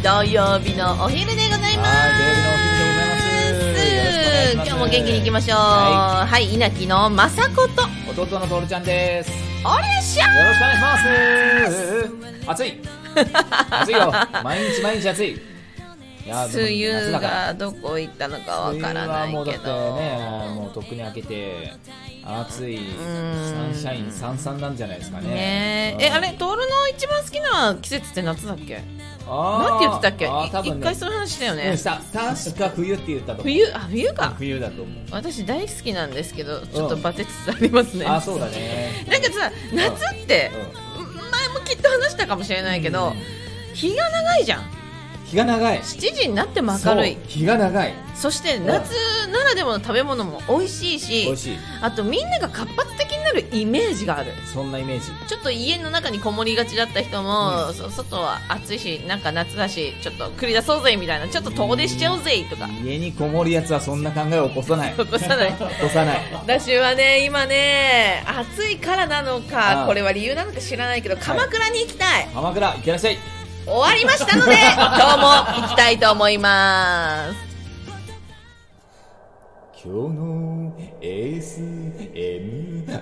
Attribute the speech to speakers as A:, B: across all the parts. A: 日のお昼でございま
B: はい、土曜日のお
A: す。
B: 昼でございます。
A: 今日も元気にいきましょう。
B: は
A: はい、稲城のまさこと、
B: い、弟のトールちゃんです。よ
A: おれっしゃ
B: ろしくお願いします。暑い。暑いよ。毎日毎日暑い。いや
A: 梅雨。
B: でも夏だから
A: がどこ行ったのかわからな
B: 梅
A: い
B: 雨はも
A: うけ
B: だって
A: ど。
B: ね、もうとっくに明けて暑い
A: ん
B: サンシャイン三々なんじゃないですかね。
A: ね
B: うん
A: え、え、あれ、トールの一番好きな季節って夏だっけ
B: あー
A: なんて言ってたっけ
B: あー多
A: い
B: 分
A: 一
B: ね
A: 回その話だよ
B: うん
A: ね
B: し。た確か冬って言ったと思う。
A: 冬、あ、冬か。
B: 冬だと思う。
A: 私大好きなんですけど、ちょっとバテつつありますね。
B: あ、そうだね。
A: なんかさ、夏って、前もきっと話したかもしれないけど、日が長いじゃん。
B: 日が長い。
A: 7時になっても明るい
B: そう日が長い。
A: そして夏ならではの食べ物も美味しいし
B: 美味しい。
A: あとみんなが活発的になるイメージがある
B: そんなイメージ。
A: ちょっと家の中にこもりがちだった人も、そ外は暑いしなんか夏だしちょっと繰り出そうぜみたいなちょっと遠出しちゃおうぜとか
B: 家にこもるやつはそんな考えを起こさない。
A: 起こさない
B: 起こさない。
A: 私はね今ね暑いからなのか
B: ああ
A: これは理由なのか知らないけど鎌倉に行きたい、
B: 鎌倉、行ってらっしゃい。
A: 終わりました ので今日も行きたいと思います
B: 今日の ASMR。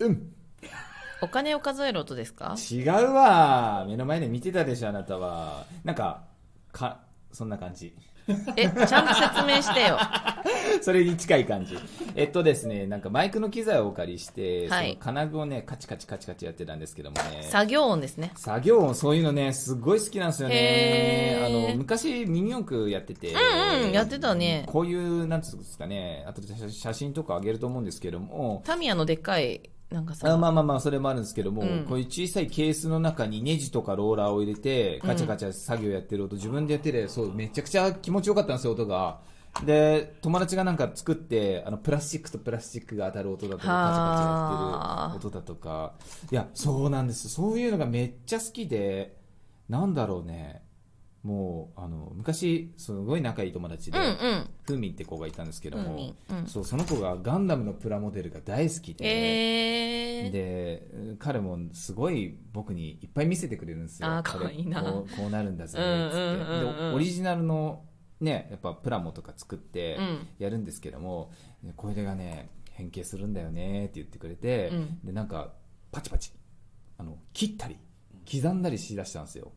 B: うん。
A: お金を数える音ですか
B: 違うわ。目の前で見てたでしょ、あなたは。なんか、か、そんな感じ。
A: えちゃんと説明してよ
B: それに近い感じ。えっとですね、なんかマイクの機材をお借りして、
A: はい
B: その金具をね、カチカチカチカチやってたんですけどもね。
A: 作業音ですね
B: 作業音、そういうのね、すごい好きなんですよね。
A: へ
B: あ
A: ー
B: の、昔、ミニ四駆やって
A: う
B: て。
A: んうんやってたね
B: こういう、なんつうんですかね、あと写写真とかあげると思うんですけども、
A: タミヤのでっかいなんかさ
B: あまあまあまあ、それもあるんですけども、
A: うん
B: こういう小さいケースの中にネジとかローラーを入れて、ガチャガチャ作業やってる音、自分でやってて、そう、めちゃくちゃ気持ちよかったんですよ、音が。で、友達がなんか作って、あの、プラスチックとプラスチックが当たる音だとか、ガチャガチャやってる音だとか、いや、そうなんです。そういうのがめっちゃ好きで、なんだろうね、もう、あの、昔、すごい仲いい友達で、
A: うんうん
B: ふーみんって子がいたんですけど
A: ふー
B: も
A: み、んうん
B: そうその子がガンダムのプラモデルが大好きで、
A: えー、
B: で彼もすごい僕にいっぱい見せてくれるんですよ
A: あーかわいいな
B: これこうこうなるんだぜ
A: うん
B: つって、
A: うんうんうん
B: でオリジナルのねやっぱプラモとか作って
A: うん
B: やるんですけども、これがね変形するんだよねって言ってくれて、
A: うん
B: でなんかパチパチあの切ったり刻んだりしだしたんですよ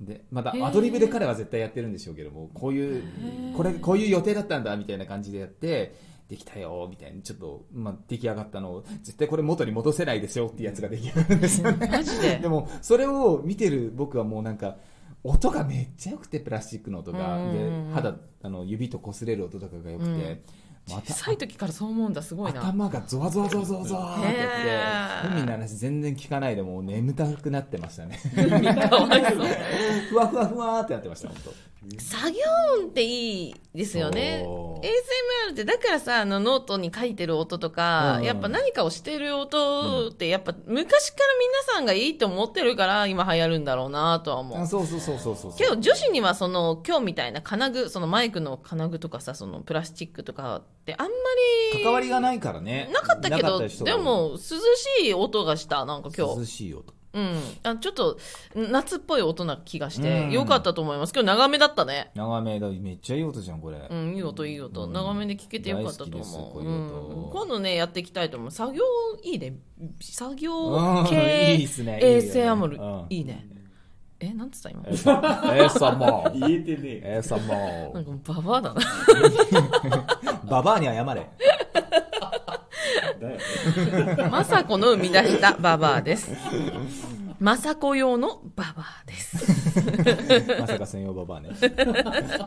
B: でまだ
A: へー
B: アドリブで彼は絶対やってるんでしょうけどもこういうこれこういう予定だったんだみたいな感じでやってできたよみたいにちょっと、まあ、出来上がったのを絶対これ元に戻せないでしょってやつが出来上がるんですよね
A: マジ で
B: でもそれを見てる僕はもうなんか音がめっちゃ良くてプラスチックの音が
A: うんうんうん
B: で肌あの指と擦れる音とかが良く
A: うん
B: て、ま
A: 小さい時からそう思うんだすごいな
B: 頭がゾワゾワゾワゾワゾワってやって
A: へー
B: 本人の話全然聞かないでもう眠たくなってましたね
A: かわいそう
B: ふわふわふわーってなってました本当
A: 作業音っていいですよね
B: そう
A: ASMR ってだからさあのノートに書いてる音とか、
B: うん
A: やっぱ何かをしてる音ってやっぱ昔から皆さんがいいと思ってるから今流行るんだろうなとは思う
B: あそうそうそうそうそう
A: けど女子にはその今日みたいな金具そのマイクの金具とかさそのプラスチックとかってあんまり
B: 関わりがないからね
A: なかったけど
B: な人が
A: でも涼しい音がしたなんか今
B: 涼
A: 日、
B: しい音
A: うん、あちょっと夏っぽい音な気がして、
B: うん
A: よかったと思います今日長めだったね
B: 長めだめっちゃいい音じゃ んこれ、
A: うんいい音いい音、
B: うん
A: 長めで聞けてよかったと
B: 大好きです
A: 思
B: こ
A: う
B: ういう音
A: うん今度ねやっていきたいと思う作業いいね作
B: う
A: 業
B: ん
A: 系
B: いいっすねいいよね
A: 衛生アムル
B: うん
A: いいねえなんつった今
B: えーさもう
C: 言えてねえ
B: えーさも
A: なんかババアだな
B: うババアに謝れ
C: だよね。
A: 政子の生み出したババア です。政子用のババアです。
B: まさか専用ババアね。
A: ちょっ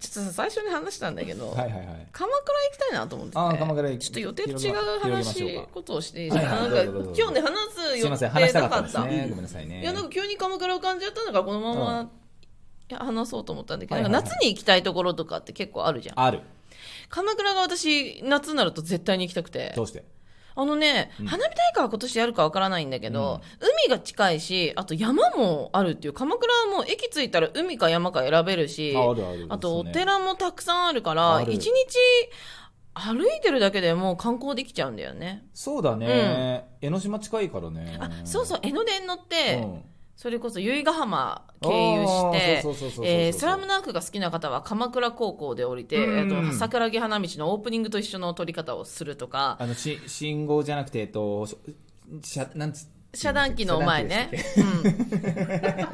A: とさ、最初に話したんだけど、
B: は いはいはい。
A: 鎌倉行きたいなと思ってて。
B: ああ、鎌倉行
A: ちょ
B: き
A: っと予定と違う
B: 広げましょ
A: 話
B: う、か
A: ことをしていい
B: はいはい
A: なん
B: ど
A: か
B: うぞどうぞ
A: 今日ね、話す
B: すい
A: 予
B: ません、
A: 定
B: 話したか
A: な
B: った
A: か
B: んで
A: っ
B: す
A: た。
B: ね。ごめんなさいね。
A: いや、なんか急に鎌倉を感じちゃったんだから、このま
B: うん
A: ま、いや話そうと思ったんだけど、
B: はい
A: な
B: はい
A: ん
B: はい
A: か夏に行きたいところとかって結構あるじゃん。
B: ある。
A: 鎌倉が私、夏になると絶対に行きたくて
B: ど。うして
A: あのね、花火大会は今年やるかわからないんだけど、海が近いし、あと山もあるっていう、鎌倉はもう駅着いたら海か山か選べるし、
B: ああるある
A: あとお
B: そうね
A: 寺もたくさんあるから、
B: ある
A: 一日歩いてるだけでもう観光できちゃうんだよね。
B: そうだね。江ノ島近いからね。
A: あ、そうそう、江ノ電乗っ
B: う
A: て、
B: ん。
A: それこそ由比ヶ浜経由して
B: あーそうそうそうそうそうそう
A: えースラムダンクが好きな方は鎌倉高校で降りて、
B: うん
A: えー、と桜木花道のオープニングと一緒の撮り方をするとか
B: あの、し信号じゃなくて、えっと、ししゃなんつ
A: 遮断機の前ね
B: 遮断機でし。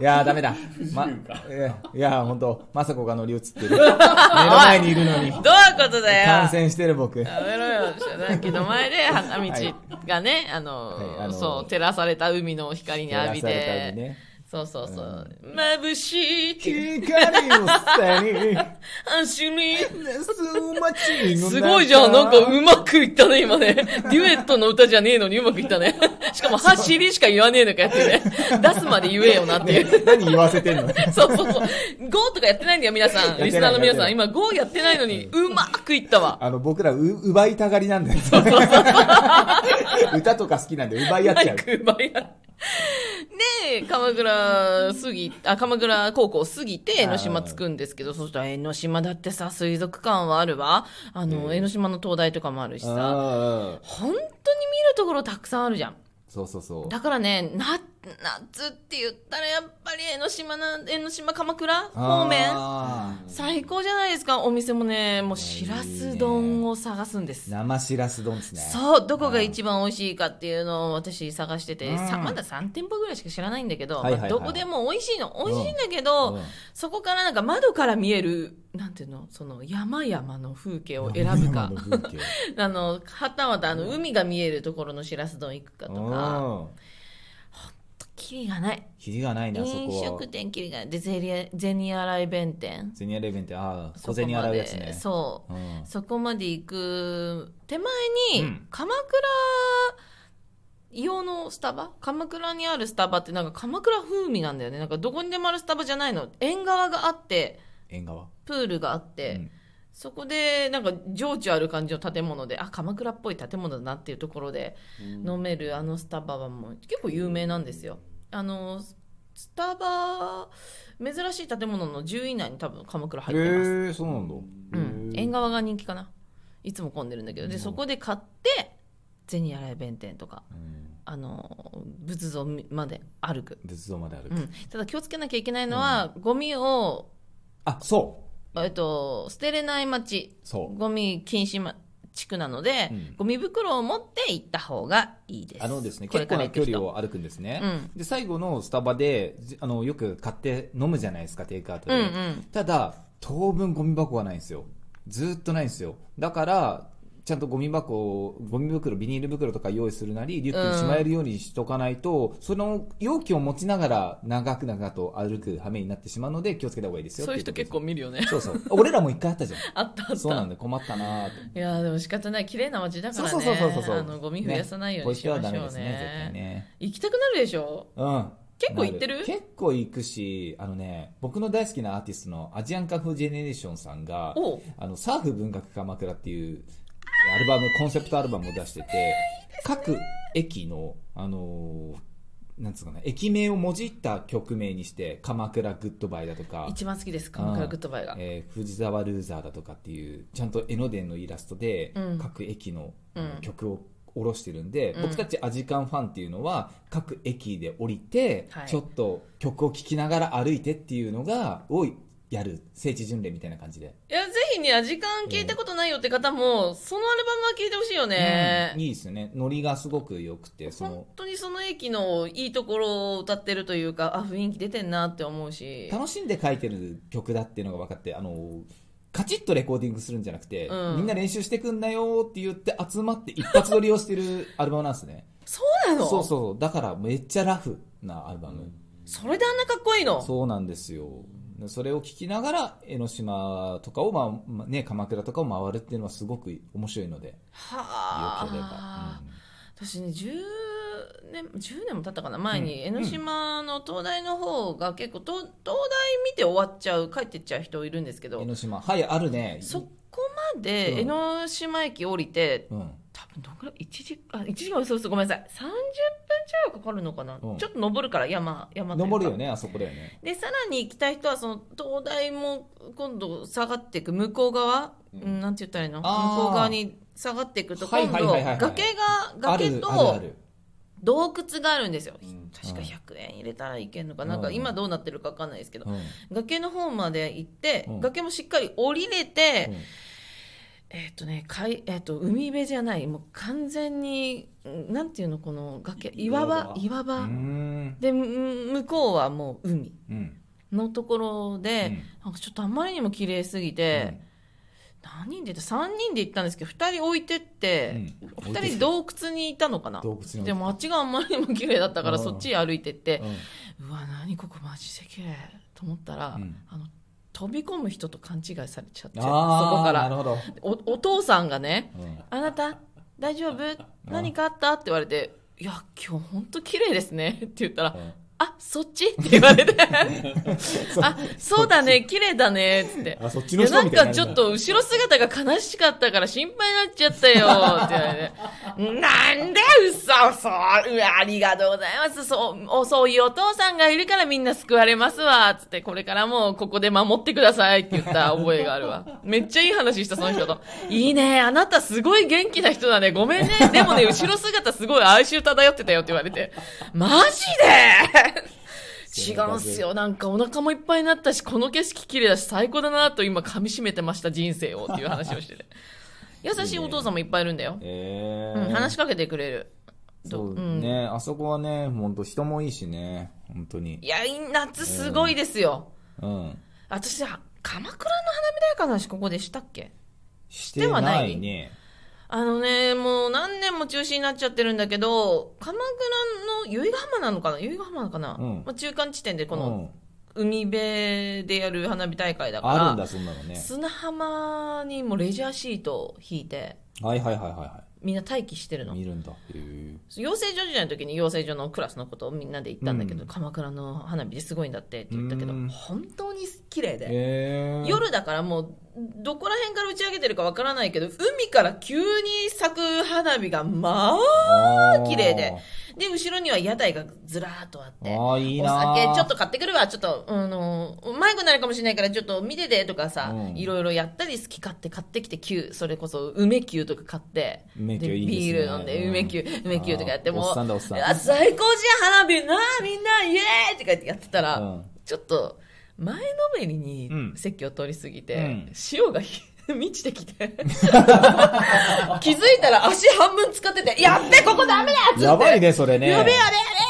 B: いやー、ダメだ。ま、
C: 不自由か
B: いやいやー、ほんと、まさこが乗り移って る。目の前にいるのに
A: うん、。どういうことだよ
B: 感染してる僕。
A: やめろよ遮断機の前で花道がね、あの
B: はいあの
A: そう照らされた海の光に浴び
B: 照らされた
A: て、
B: りね
A: そうそうそう、眩しいって
B: 光を下に、
A: 走り
B: すまちの中
A: すごいじゃん。なんかうまくいったね、今ね。デュエットの歌じゃねえのにうまくいったね。しかも、走りしか言わねえのかやってね。出すまで言えよなっていう。
B: 何言わせてんの
A: そうそうそう。GO とかやってないんだよ、皆さん。
B: ない
A: リスナーの皆
B: や
A: さ
B: って
A: ん。
B: な
A: 今 GO やってないのに、うまくいったわ。
B: あの、僕らう、奪いたがりなんだよ。 歌とか好きなんで奪い合っ
A: マ
B: ち ゃ
A: イ
B: う。
A: ク奪い合うで、鎌倉過ぎ、あ、鎌倉高校過ぎて江ノ島着くんですけど、そしたら江ノ島だってさ、水族館はあるわ。あの、江ノ島の灯台とかもあるしさ。
B: ああ、
A: 本当に見るところたくさんあるじゃん。
B: そうそうそう。
A: だからね、な、夏って言ったらやっぱり江ノ島な、江ノ島鎌倉方面
B: あー
A: 最高じゃないですか。お店もね、もうしらす丼を探すんです。
B: 生しらす丼ですね。
A: そう、どこが一番美味しいかっていうのを私探してて、さ
B: うん
A: まだ3店舗ぐらいしか知らないんだけど、
B: はいはいはい
A: まあどこでも美味しいの、
B: ん
A: 美味しいんだけど、
B: うん
A: そこからなんか窓から見える、なんていうの、その山々の風景を選ぶか
B: 生、の風景
A: あの、はたまたあの海が見えるところのしらす丼行くかとか、
B: うん。
A: キリがない。
B: ひりがないな、そ
A: 飲
B: こは
A: 食。店切りがでゼリ銭洗い弁天
B: ゼニアレベンって、ああ、小銭洗うやつね。
A: そこまでそう、
B: うん
A: そこまで行く手前に、
B: うん
A: 鎌倉用のスタバ鎌倉にあるスタバってなんか鎌倉風味なんだよねなんかどこにでもあるスタバじゃないの縁側があって
B: 縁側。
A: プールがあって、
B: うん
A: そこでなんか情緒ある感じの建物であ鎌倉っぽい建物だなっていうところで飲めるあのスタバはもう結構有名なんですよあのスタバ珍しい建物の10位以内に多分鎌倉
B: へ
A: 入ってます、
B: え、そうなんだ。
A: うん、縁側が人気かないつも混んでるんだけどでそこで買って銭洗弁天とか
B: うん
A: あの仏像まで歩く、
B: 仏像まである
A: う。ん、ただ気をつけなきゃいけないのは、ゴミを、
B: あ、そ
A: えっと、捨てれない町
B: う。そう。
A: ゴミ禁止、ま、地区なので、
B: うん
A: ゴミ袋を持って行った方がいいです。
B: あのですね、
A: これ
B: 結
A: か
B: 構
A: ら
B: な
A: 行く
B: 距
A: 人
B: 離を歩くんですね、
A: うん
B: で最後のスタバでじあのよく買って飲むじゃないですかテイクアウ
A: う
B: ト
A: ん
B: で、
A: うん。
B: ただ当分ゴミ箱がないんですよずーっとないんですよだからちゃんとゴミ箱をゴミ袋ビニール袋とか用意するなりリュックにしまえるようにしとかないと、その容器を持ちながら長く長くと歩く羽目になってしまうので気をつけた方がいいですよ
A: そういう人
B: って
A: 結
B: こと
A: 構見るよね
B: で。すそうそう俺らも一回あったじゃん
A: あったあった。
B: そうなんで困ったなーと
A: いやーでも仕方ない。綺麗な街だからね。
B: そうそうそうそうそう
A: あの、ゴミ増やさないようにし
B: ね
A: ましょう
B: ポ
A: ね。
B: イ捨てはダメですね絶対ね
A: 行きたくなるでしょ
B: うん。
A: 結構行ってる
B: な結構行くし、あのね、僕の大好きなアーティストのアジアンカンフージェネレーションさんが
A: おう、
B: あの、サーフ文学鎌倉っていうアルバム、コンセプトアルバムを出してて、各駅の、あのーなんつうかな、駅名をもじった曲名にして、鎌倉グッドバイだとか、
A: 一番好きです、鎌倉グッドバイが。
B: えー藤沢ルーザーだとかっていうちゃんと江ノ電のイラストで
A: うん
B: 各駅の、
A: うん
B: あの曲を下ろしてるんで、
A: うん
B: 僕たちアジカンファンっていうのは各駅で降りて、
A: はい
B: ちょっと曲を聴きながら歩いてっていうのがをやる聖地巡礼みたいな感じで、
A: いや、ぜひね、時間聞いたことないよって方も、そのアルバムは聞いてほしいよね。
B: うんいいですよねノリがすごく良くてそ
A: 本
B: の
A: 当にその駅のいいところを歌ってるというか、あ、雰囲気出てんなって思うし。
B: 楽しんで書いてる曲だっていうのが分かってあのカチッとレコーディングするんじゃなくて、
A: うん
B: みんな練習してくんなよって言って集まって一発撮りをしてる アルバムなんですね。
A: そうな
B: そ
A: の
B: うそうそう。だからめっちゃラフなアルバム。
A: それであんなかっこいいの
B: そうなんですよ。それを聞きながら江ノ島とかを、まあまあね、鎌倉とかを回るっていうのはすごく面白いので、よ
A: は
B: けれ
A: あ
B: ば。
A: 私ね10年10年も経ったかな前に江ノ島の東大の方が結構東東大見て終わっちゃう帰ってっちゃう人いるんですけ
B: うん江
A: ど
B: ノ島、はい、あるね。
A: そこまで江ノ島駅降りて
B: うん。
A: 多分どんぐらい1時間1時間そうそうごめんなさい30分ちょいはかかるのかな、
B: うん
A: ちょっと登るから山山というか
B: 登るよね、あそこだよね。
A: でさらに行きたい人はその灯台も今度下がっていく向こう側、
B: うん
A: うん、なんて言ったらいいの向
B: あー
A: こう側に下がっていくと
B: はい
A: 今
B: はい
A: 度
B: はいはいはい
A: 崖が
B: あ
A: 崖
B: る、ある、あ
A: と
B: る。
A: 洞窟があるんですよ
C: うん
A: 確か
B: うん
A: 100円入れたらいけんのかなん
B: う
A: か
B: ん
A: 今どうなってるか分かんないですけど
B: うん。
A: 崖の方まで行って
B: うん
A: 崖もしっかり降りれて、
B: うん
A: えっ、とね、かい、えっ、と、海辺じゃない、もう完全に、んなんていうの、この崖、
C: い
A: 岩場、岩
B: う
A: 場。
B: ん。
A: で、む向こうはもう海
B: うん。
A: のところで、
B: うん
A: なんかちょっとあまりにも綺麗すぎて、何人で行った ?3 人で行ったんですけど、2人置いてって、
B: うん
A: 二2人洞窟にいたのかな
B: 洞窟に置いて
A: でもあっちがあんまりにも綺麗だったから、
B: うん
A: そっちへ歩いてって、
B: うん
A: うわ、何ここマジで綺麗と思ったら、
B: うん
A: あの、飛び込む人と勘違いされちゃって、そ
B: あー
A: こか
B: な
A: ら。
B: るほど。
A: おお父さんがね、
B: うん
A: あなた、大丈夫何かあったって言われて、いや、今日本当綺麗ですね。って言ったら、あ、そっちって言わ れて、あ、そうだね、綺麗だね、つって。
B: あ、そっち
A: い
B: の
A: や、
B: 人
A: な
B: み
A: ん
B: たい
A: か
B: に
A: ち
B: な
A: ょ
B: る
A: っ
B: んだ
A: と後ろ姿が悲しかったから心配になっちゃったよ、って言われて。なんで嘘そう、うわ、ありがとうございます。そう、お、そういうお父さんがいるからみんな救われますわ、つって、これからもここで守ってくださいって言った覚えがあるわ。めっちゃいい話した、その人と。いいね、あなたすごい元気な人だね、ごめんね。でもね、後ろ姿すごい哀愁漂ってたよって言われて。マジで違うんすよ。なんかお腹もいっぱいになったし、この景色綺麗だし、最高だなと今噛み締めてました、人生をっていう話をして て。優しいお父さんもいっぱいいるんだよ。
B: え
A: うん、
B: ー
A: 話しかけてくれる。ど
B: そう
A: うん
B: ね、あそこはね、本当人もいいしね、本当
A: い
B: に。
A: や、夏すごいですよ。
B: うん。
A: 私、あ鎌倉の花火大会の話、ここでしたっけ
B: してないね。
A: あのね、もう何年も中止になっちゃってるんだけど、鎌倉の由比ヶ浜なのかな由比ヶ浜かな、
B: うん
A: まあ、中間地点でこ
B: う
A: の
B: ん
A: 海辺でやる花火大会だから、
B: あるんだ、そんなのね。
A: 砂浜にもレジャーシートを引いて、
B: はいはいはいはいは
A: みんな待機してる
B: い。
A: の。
B: 見るんだ。へえ
A: 養成所時代の時に養成所のクラスのことをみんなで行ったんだけど、
B: うん
A: 鎌倉の花火ですごいんだってって言ったけど、
B: うん
A: 本当に綺麗で。
B: へえ
A: 夜だからもうどこら辺から打ち上げてるかわからないけど海から急に咲く花火がまあ
B: あー
A: 綺麗でで後ろには屋台がずらーっとあって
B: あーいい
A: お
B: な
A: 酒ちょっと買ってくるわちょっと、あの迷子になるかもしれないからちょっと見ててとかさ、
B: うん
A: いろいろやったり好き買って買ってきて急それこそ梅急とか買って
B: 梅急いいですね
A: ビール飲んで
B: うん
A: 梅急、梅急とかやって
B: あー
A: も
B: お
A: う
B: っさんだおっさん
A: あ最高じゃん花火なあみんなイエーイとかやってたら、
B: うん
A: ちょっと前のめりに
B: うん
A: 席を通り過ぎて、
B: うん
A: 塩がひ 満ちてきて 気づいたら足半分使ってて「やっべここダメだ!」っつって
B: やばいね、それね。
A: やべえや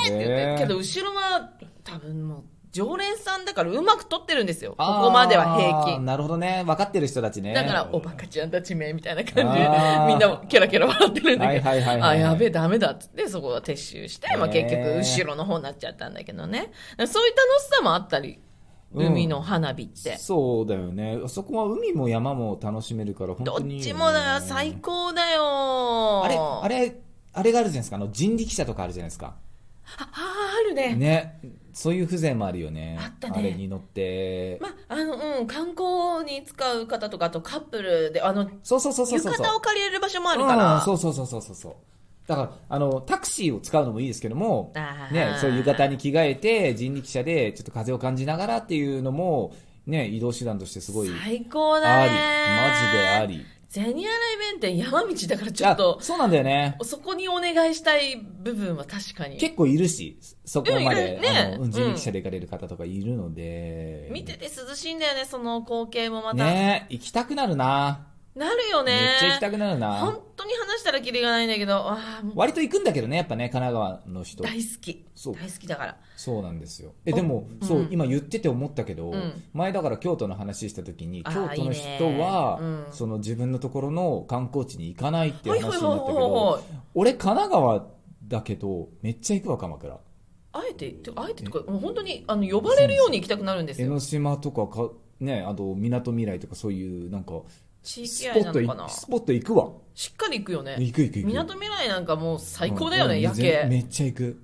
A: べえやべえって言って、
B: へえ
A: けど後ろは多分もう常連さんだからうまく撮ってるんですよ。こ
B: あー
A: こまでは平気。
B: なるほどね。分かってる人たちね。
A: だから、おバカちゃんたちめみたいな感じ
B: あー
A: で、みん なもケラケラ笑ってるんだけど、
B: はいはいはいはい
A: あ、やべえ、ダメだっつって、そこは撤収して、まあ
B: へー
A: 結局、後ろの方になっちゃったんだけどね。だからそういう楽しさもあったり、
B: うん
A: 海の花火って。
B: そうだよね。あそこは海も山も楽しめるから、本
A: ど
B: 当
A: っ
B: にいい
A: ち
B: よね
A: もだよ、最高だよ。
B: あれ、あれ、あれがあるじゃないですか。あの、人力車とかあるじゃないですか。
A: ああーあるね。
B: ね。そういう風情もあるよね。
A: あったね
B: あれに乗って。
A: まあ、あの、うん、観光に使う方とか、あとカップルで、あの、
B: そうそうそうそうそう。
A: 浴衣を借りれる場所もあ
B: あ
A: るから、
B: そうそうそうそうそうそう。だから、あの、タクシーを使うのもいいですけども
A: あ、ー
B: ね、そういう浴衣に着替えて、人力車でちょっと風を感じながらっていうのも、ね、移動手段としてすごい、
A: 最高だ
B: あ
A: ね
B: り。マジであり。
A: ゼニアライ弁天山道だからちょっ
B: い
A: と
B: やそうなんだよね。
A: そこにお願いしたい部分は確かに
B: 結構いるし、そこま
A: うんい
B: で
A: る、ね
B: あのうん人力車で行かれる方とかいるので、
A: 見てて涼しいんだよねその光景もまたね
B: ね、行きたくなるな。
A: なるよね
B: めっちゃ行きたくなるな
A: 本当に話したらキリがないんだけどああもう
B: 割と行くんだけどねやっぱね神奈川の人
A: 大好き
B: そう
A: 大好きだから
B: そうなんですよえでも、そう今言ってて思ったけど、
A: うん
B: 前だから京都の話した時に
A: あ
B: 京
A: ー
B: 都の人は、
A: いいねうん
B: その自分のところの観光地に行かないってい
A: は
B: う
A: いはいは
B: 話
A: い
B: になったけど
A: はい
B: 俺神奈川だけどめっちゃ行くわ鎌倉
A: あえててかあえてとかもう本当にあの呼ばれるように行きたくなるんです
B: 江
A: よ
B: ノ島とかかねあとみなとみらいとかそういうなんか
A: 地域
B: ス
A: 愛
B: ポッ
A: な
B: ト
A: の
B: い
A: かな
B: スポット行くわ
A: しっかり行くよね
B: 行く行く行く
A: みなとみらいなんかもう最高だよ
B: う
A: ね
B: ん
A: 夜
B: 全め
A: 景
B: っちゃ行く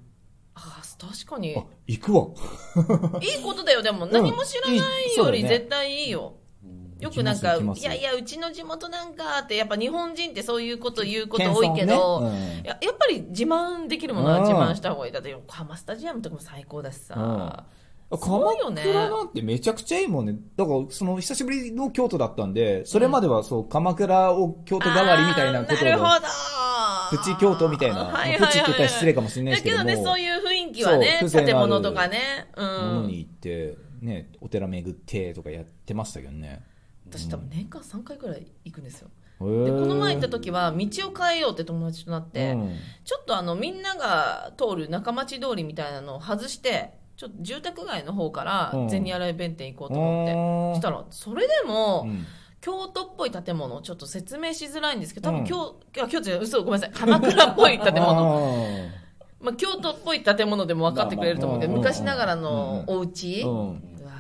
A: ああ確 かに
B: あ行くわ
A: いいことだよでも何も知らない
B: いいそ
A: よ
B: うだ
A: り
B: ね
A: 絶対いいよよくなん
B: 行
A: か
B: きま
A: い
B: す行きます
A: やいやうちの地元なんかってやっぱ日本人ってそういうこと言うこと
B: 謙遜
A: 多いけど、
B: ねうん
A: ややっぱり自慢できるものは
B: うん
A: 自慢した方がいいだって横浜スタジアムとかも最高だしさ、
B: 鎌
A: ごいよね
B: 倉なんてめちゃくちゃいいもんね。だから、その、久しぶりの京都だったんで、それまではそう、鎌倉を京都代わりみたいなこ
A: あ
B: と
A: ーなるほ
B: を、
A: ど
B: プチ京都みたいな、
A: はいはいはい
B: まあプチって言ったら失礼かもしれない
A: だ
B: ですけ
A: け
B: ど
A: ど
B: も、
A: ねそういう雰囲気はね
B: そう風情のある
A: 建物とかねう
B: ものに
A: ん
B: 行って、ね、お寺巡ってとかやってましたけどね。
A: 私多分年間3回ぐらい行くんですよ
B: こ
A: でこの前行った
B: っ
A: 時は道を変えようって友達となって、ちょっとあのみんなが通る中町通りみたいなのを外してちょっと住宅街の方から
B: うん
A: 銭洗弁店行こうと思って、そしたらそれでも、京都っぽい建物をちょっと説明しづらいんですけど多
B: うん
A: 分京,、あ京都じゃない嘘ごめんなさい鎌倉っぽい建物
B: 物。
A: まあ、京都っぽい建物でも分かってくれると思うけど、
B: まあまあ
A: 昔ながらのお家、
B: うん
A: うわ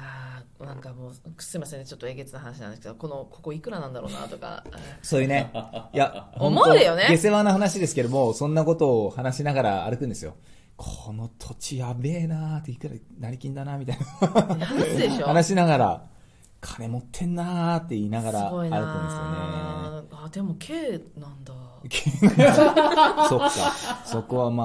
A: ーなんかもうすいませんねちょっとえげつな話なんですけどこのここいくらなんだろうなと か
B: そういうね。いや、
A: 思う
B: 本当
A: よね
B: 下世話な話ですけども、そんなことを話しながら歩くんですよ。この土地やべえなーって、いくら成金だなーみたい
A: 話すでし
B: な。
A: ょ
B: 話しながら、金持ってんなーって言いながら
A: す
B: 歩
A: ご
B: くん
A: い
B: ですよね。
A: なあでも K なんだ
B: そっか。そこはま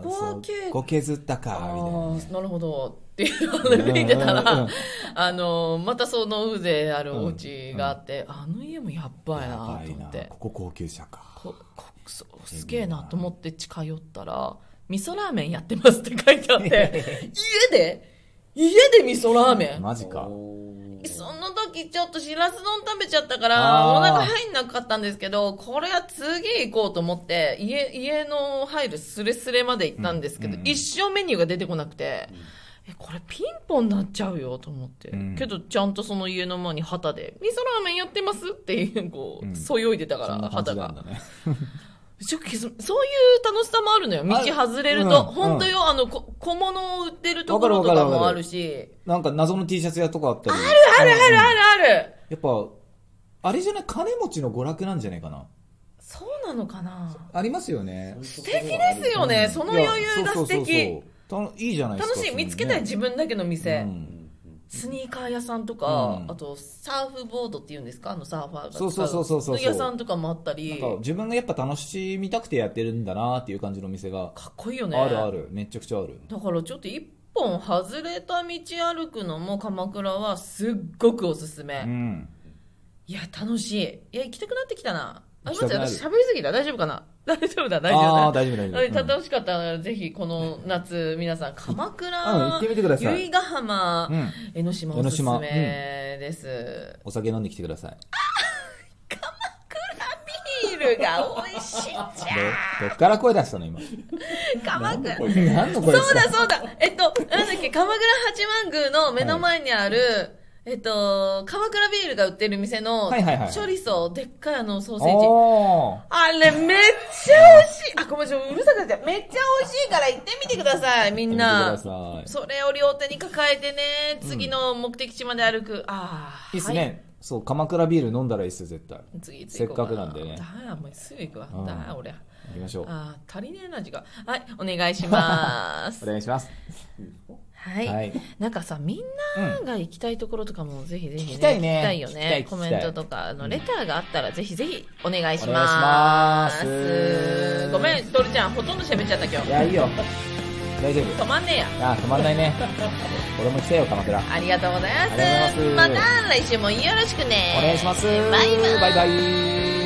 A: あそこはけ
B: そこ削ったか
A: あ
B: ーみたいな。
A: ーなるほどっていうので見てた
B: うんうんう
A: ら
B: ん
A: あのまたその風情あるお家があって、あの家もやっばい
B: や
A: な
B: ば
A: と
B: い
A: 思
B: な
A: って
B: ここ高級車か。
A: ここそうすげえなと思って近寄ったら「味噌ラーメンやってます」って書いてあって 家で家で味噌ラーメン
B: マジか。
A: その時ちょっとしらす丼食べちゃったか
B: あ
A: ら
B: ー
A: お腹入んなかったんですけどこれは次行こうと思って家家の入るスレスレまで行ったんですけど、
B: うんうん
A: 一生メニューが出てこなくて、えこれピンポンなっちゃうよと思って、
B: うん
A: けどちゃんとその家の前に旗で「味噌ラーメンやってます」っていうこ
B: うん
A: うそよいでたか
B: そん
A: ら
B: な感
A: 旗
B: じな
A: が
B: んだね。
A: ちょっとそういう楽しさもあるのよ。道外れる
B: あ
A: と。
B: うん
A: 本当よ、あの、こ小物を売ってるところと
B: わ
A: か
B: かるわかるわか
A: も
B: る
A: あるし。
B: なんか謎の T シャツ屋とかあったり。ある
A: あるあるあるある。
B: やっぱ、あれじゃない、金持ちの娯楽なんじゃないかな。
A: そうなのかな
B: ありますよね。
A: 素
C: 素
A: 敵ですよね。その余裕が素敵。
B: たいいじゃないですか。
A: 楽しい。見つけたい
B: 時
A: 自分だけの店。
B: うん
A: スニーカー屋さんとか
B: う、ん
A: あとサーフボードっていうんですかあのサーファーが使
B: そうそうそうそうそう
A: の屋さんとかもあった
B: なん
A: り。
B: か自分がやっぱ楽しみたくてやってるんだなっていう感じのお店が、
A: かっこいいよね。
B: あるある、めちゃくちゃある。
A: だからちょっと一本外れた道歩くのも鎌倉はすっごくおすすめ。
B: うん。
A: いや、楽しい。いや、行きたくなってきたな。あ、
B: 行き
A: 待
B: た
A: っ
B: く
A: て、
B: なる
A: 私喋りすぎた。大丈夫かな 大丈夫だ、大
B: あ
A: 丈
B: あー、大丈夫大
A: 夫
B: 丈
A: だ。うん
B: 夫。
A: 楽しかったら、ぜひ、この夏、皆さん、鎌倉、
B: うん行ってみてください
A: 由比ヶ浜、
B: うんうん
A: 江ノ島おすすめです。
B: お酒飲んできてください。
A: ビールが美味しいじゃん。
B: どどっから声出したの今。
A: 鎌倉。
B: 何の声
A: そうだそうだ。えっと、なんだっけ、鎌倉八幡宮の目の前にある、えっと、鎌倉ビールが売ってる店の、
B: はいはいはい
A: 処理層、でっかいあのソーセージ。
B: あ
A: あれめっちゃ美味しいあごめんなさいうるさくなっちゃうめっちゃ美味しいから行ってみてくださいみ
B: ー
A: ん
B: 見てくだ
A: な
B: さ
A: それを両手に抱えてね次の目的地まで歩く、ああ
B: い。いいっすね。そう、鎌倉ビール飲んだらいいっすよ、絶対。
A: はい次
B: せっかくなんでね
A: だあもうすぐ行くわ
B: うん
A: だあ俺あ
B: 行きましょう。
A: あ足りねえな時間はいお願いしま す
B: お願いします。
A: はい、
B: はい
A: なんかさみんなが行きたいところとかもぜひぜひ、ね
B: 聞きたいね
A: 聞きたいよ
B: 聞きたい
A: ね
B: 聞き
A: コ
B: たい
A: メントとかあのレターがあったらぜひぜひお願いし
B: お願いしま
A: ますすごめんトルちゃんほとんど喋っちゃった今日
B: いや、いいよ。大丈夫。
A: 止まんねえや
B: ああ、止まらないね。俺も来たよ、鎌倉。お
A: ありがとうございます
B: ありがとうございます
A: また来週もよろしくね
B: 願いします。
A: バイバイ
B: バイバイ